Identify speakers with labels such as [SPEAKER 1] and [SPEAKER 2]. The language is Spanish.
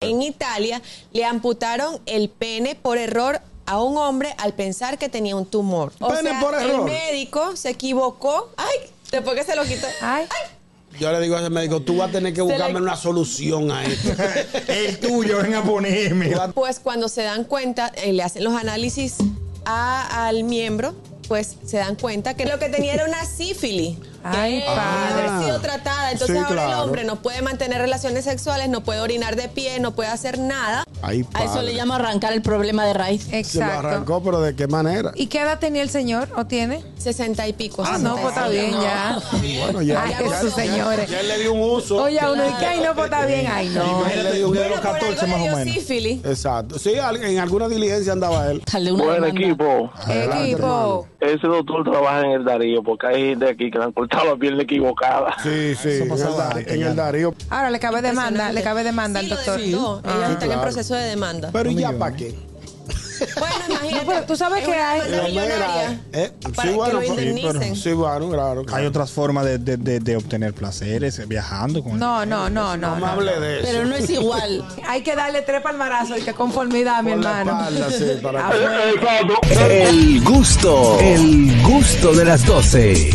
[SPEAKER 1] en Italia le amputaron el pene por error a un hombre al pensar que tenía un tumor. O
[SPEAKER 2] Pene
[SPEAKER 1] sea,
[SPEAKER 2] por
[SPEAKER 1] el
[SPEAKER 2] error.
[SPEAKER 1] médico se equivocó. Ay, después que se lo quitó.
[SPEAKER 3] Ay.
[SPEAKER 2] Yo le digo a ese médico, tú vas a tener que
[SPEAKER 1] le-
[SPEAKER 2] buscarme una solución a esto.
[SPEAKER 4] El tuyo, ven a ponerme.
[SPEAKER 1] Pues cuando se dan cuenta, eh, le hacen los análisis a- al miembro, pues se dan cuenta que lo que tenía era una sífilis.
[SPEAKER 3] Ay,
[SPEAKER 1] que
[SPEAKER 3] padre.
[SPEAKER 1] no había sido tratada. Entonces
[SPEAKER 2] Sí,
[SPEAKER 1] ahora el
[SPEAKER 2] claro.
[SPEAKER 1] hombre no puede mantener relaciones sexuales, no puede orinar de pie, no puede hacer nada.
[SPEAKER 2] Ay,
[SPEAKER 5] A eso
[SPEAKER 2] padre.
[SPEAKER 5] le llamo arrancar el problema de raíz.
[SPEAKER 2] Se lo
[SPEAKER 3] Exacto.
[SPEAKER 2] arrancó, pero ¿de qué manera?
[SPEAKER 3] ¿Y qué edad tenía el señor o tiene?
[SPEAKER 1] 60 y pico.
[SPEAKER 3] Ah, no,
[SPEAKER 1] 65.
[SPEAKER 3] pues está bien
[SPEAKER 2] Ah,
[SPEAKER 3] ya.
[SPEAKER 2] Bueno, ya.
[SPEAKER 3] Ay,
[SPEAKER 2] ya-
[SPEAKER 3] esos
[SPEAKER 2] ya-
[SPEAKER 3] señores.
[SPEAKER 2] Ya él le dio un uso.
[SPEAKER 3] Oye, a uno dice, ay, no, pues está bien, ay, no.
[SPEAKER 2] Él le dio un-
[SPEAKER 4] Bueno,
[SPEAKER 1] Bueno, por algo le dio sífilis.
[SPEAKER 2] Exacto. Sí, al- en alguna diligencia andaba él.
[SPEAKER 5] Tal de una
[SPEAKER 6] Buen
[SPEAKER 5] demanda.
[SPEAKER 6] equipo.
[SPEAKER 3] Equipo.
[SPEAKER 6] Ese doctor trabaja en el Darío, porque hay gente aquí que le han cortado la piel equivocada.
[SPEAKER 2] Sí, sí, en el,
[SPEAKER 4] pasaba
[SPEAKER 2] Dar-
[SPEAKER 4] antes,
[SPEAKER 2] en
[SPEAKER 4] ya.
[SPEAKER 2] el Darío.
[SPEAKER 3] Ahora le cabe demanda,
[SPEAKER 1] Impresionante.
[SPEAKER 3] le cabe demanda
[SPEAKER 1] Sí,
[SPEAKER 3] al
[SPEAKER 1] lo
[SPEAKER 3] doctor.
[SPEAKER 1] demandó.
[SPEAKER 3] Ah.
[SPEAKER 1] Ellos están en
[SPEAKER 2] claro.
[SPEAKER 1] proceso de demanda.
[SPEAKER 2] Pero ¿y ya para qué?
[SPEAKER 1] Bueno, imagínate.
[SPEAKER 3] No, pero tú sabes
[SPEAKER 1] es
[SPEAKER 3] que
[SPEAKER 1] una
[SPEAKER 3] hay-
[SPEAKER 1] demanda
[SPEAKER 2] Pero
[SPEAKER 1] millonaria.
[SPEAKER 2] mira, eh,
[SPEAKER 1] para
[SPEAKER 2] sí,
[SPEAKER 1] que
[SPEAKER 2] bueno,
[SPEAKER 1] lo
[SPEAKER 2] sí, pero-
[SPEAKER 1] indemnicen.
[SPEAKER 2] Sí, bueno, claro.
[SPEAKER 4] Hay otras formas de, de- de- de obtener placeres eh, viajando con el-
[SPEAKER 3] No, no, no, no.
[SPEAKER 2] No me
[SPEAKER 3] no.
[SPEAKER 2] hable de eso.
[SPEAKER 5] Pero no es igual.
[SPEAKER 3] Hay que darle tres palmarazos y que conformidad, mi
[SPEAKER 2] Por la
[SPEAKER 3] hermano.
[SPEAKER 2] espalda, sí, para-
[SPEAKER 3] Ah, bueno.
[SPEAKER 6] Exacto.
[SPEAKER 7] El gusto, el gusto de las 12.